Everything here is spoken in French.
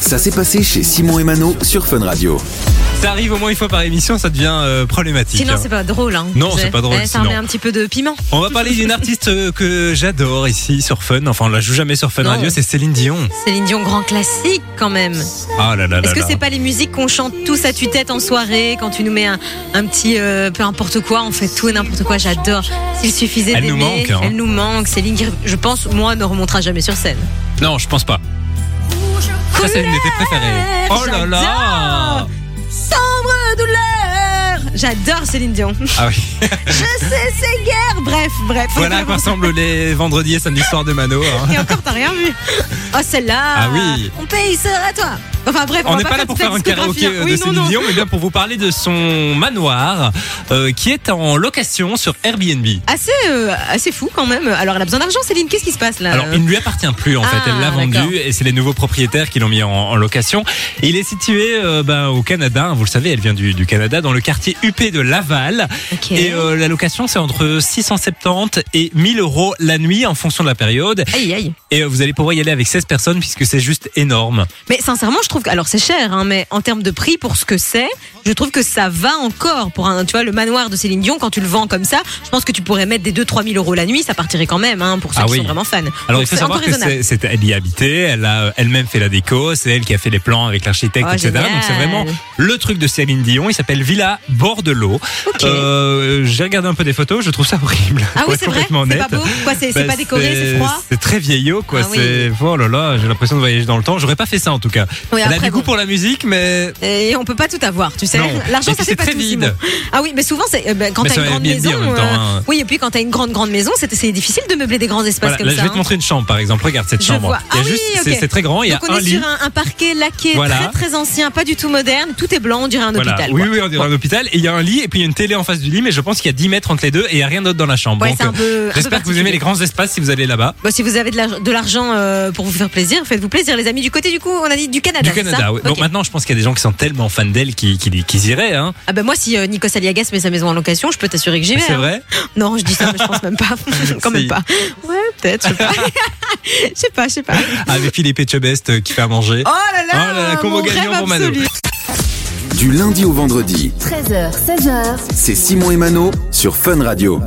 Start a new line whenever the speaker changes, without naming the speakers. Ça s'est passé chez Simon et Mano sur Fun Radio.
Ça arrive au moins une fois par émission, ça devient euh, problématique.
Sinon,
hein.
c'est pas drôle. Hein.
Non,
Vous
c'est
savez.
pas drôle,
Eh, ça
sinon.
remet un petit peu de piment.
On va parler d'une artiste euh, que j'adore ici sur Fun. Enfin, on la joue jamais sur Fun
Non.
Radio, c'est Céline Dion.
Céline Dion, grand classique quand même.
Ah là là là.
Est-ce que
là.
c'est pas les musiques qu'on chante tous à tue-tête en soirée quand tu nous mets un, un petit euh, peu importe quoi, on fait tout et n'importe quoi, j'adore. S'il suffisait
Elle nous
d'aimer,
manque, hein.
elle nous manque. Céline, Dion, je pense, moi, ne remontera jamais sur scène.
Non, je pense pas. Ça, c'est une de tes préférées. Oh là là
J'adore. Sombre douleur J'adore Céline Dion.
Ah oui.
je sais, c'est guerre Bref, bref.
Voilà à quoi ressemblent les vendredis et samedis soirs de Mano. hein.
Et encore, t'as rien vu. Oh, celle-là.
Ah oui.
Mon pays sera toi. Enfin, bref, on,
On
va
n'est pas, là pour faire un
toute la
karaoké
discographie,
euh,
hein.
de
oui, non,
Céline
non.
Dion, mais bien pour vous parler de son manoir euh, qui est en location sur Airbnb.
Assez, euh, assez fou quand même. Alors, elle a besoin d'argent, Céline. Qu'est-ce qui se passe là
Alors, il ne lui appartient plus en
Euh. Ah,
fait. Elle l'a
d'accord.
vendu et c'est les nouveaux propriétaires qui l'ont mis en, en location. Il est situé euh, ben, au Canada. Vous le savez, elle vient du, du Canada, dans le quartier UP de Laval.
Ok.
Et euh, la location, c'est entre 670 et 1000 euros la nuit en fonction de la période.
Aïe, aïe.
Et euh, vous allez pouvoir y aller avec 16 personnes puisque c'est juste énorme.
Mais sincèrement, je trouve que. Alors, c'est cher, hein, mais en termes de prix pour ce que c'est, je trouve que ça va encore. Pour un, tu vois, le manoir de Céline Dion, quand tu le vends comme ça, je pense que tu pourrais mettre des 2-3 000 euros la nuit, ça partirait quand même, hein, pour ceux
Ah
qui
oui.
sont vraiment fans.
Alors
Donc,
il faut
c'est
savoir
encore
que
raisonnable.
c'est, c'est- elle y habitait, elle a elle-même fait la déco, c'est elle qui a fait les plans avec l'architecte,
Oh,
etc. Donc c'est
génial.
vraiment le truc de Céline Dion. Il s'appelle Villa Bord de l'eau.
Ok.
Euh, j'ai regardé un peu des photos, je trouve ça horrible.
Ah
Pour
oui,
être
c'est vrai.
complètement
C'est pas
honnête.
beau. Quoi, c'est, c'est
Bah,
pas décoré, c'est, froid.
C'est très vieillot, quoi.
Ah oui.
C'est oh là là, j'ai l'impression de voyager dans le temps. J'aurais pas fait ça en tout cas.
Oui,
elle a
après,
du goût
bon.
pour la musique, mais
Et on peut pas tout avoir, tu sais.
Non.
L'argent,
Et puis
ça
c'est
fait pas
très
tout.
vide.
Simon. Ah oui, mais souvent, c'est, euh, ben, quand
Mais
t'as
ça
une
va
grande
bien
maison. euh,
dire en même temps, hein.
Oui, et puis quand t'as une grande, grande maison, c'est, c'est difficile de meubler des grands espaces
voilà.
comme
Là,
ça.
je vais te
hein.
montrer une chambre, par exemple. Regarde cette
Je
chambre.
vois.
Il y a
Ah
juste,
oui,
c'est,
ok.
c'est très grand. Il y a
Donc on
un
est
lit.
sur un, un parquet laqué,
Voilà.
très très ancien, pas du tout moderne. Tout est blanc, on dirait un
Voilà.
hôpital.
Oui,
quoi.
oui, on dirait un hôpital. Et il y a un lit et puis il y a une télé en face du lit, mais je pense qu'il y a 10 mètres entre les deux et il n'y a rien d'autre dans la chambre.
Ouais,
Donc,
c'est un peu-
euh,
un peu
j'espère que vous aimez
particulier. Ah,
les grands espaces si vous allez là-bas.
Bon, si vous avez de l'argent- de l'argent euh, pour vous faire plaisir, faites-vous plaisir, les amis. Du côté du coup, on a dit du Canada.
Du
bah, c'est
Canada,
ça
oui. Donc
Ok.
maintenant, je pense qu'il y a des gens qui sont tellement fans d'elle qu'ils qu'ils- qu'ils iraient. Hein.
Ah ben moi, si euh, Nikos Aliagas met sa maison en location, je peux t'assurer que j'y vais.
C'est
hein.
vrai
Non, je dis ça, mais je pense même pas. Quand
Si.
même pas. Ouais, peut-être. Je sais pas. Je sais pas, je sais pas.
Avec Philippe Etchebest euh, qui fait à manger.
Oh là là,
Oh là là, combo
mon
gagnant
rêve
pour Manu.
absolu.
Du lundi au vendredi,
13h, 16h,
c'est Simon et Mano sur Fun Radio.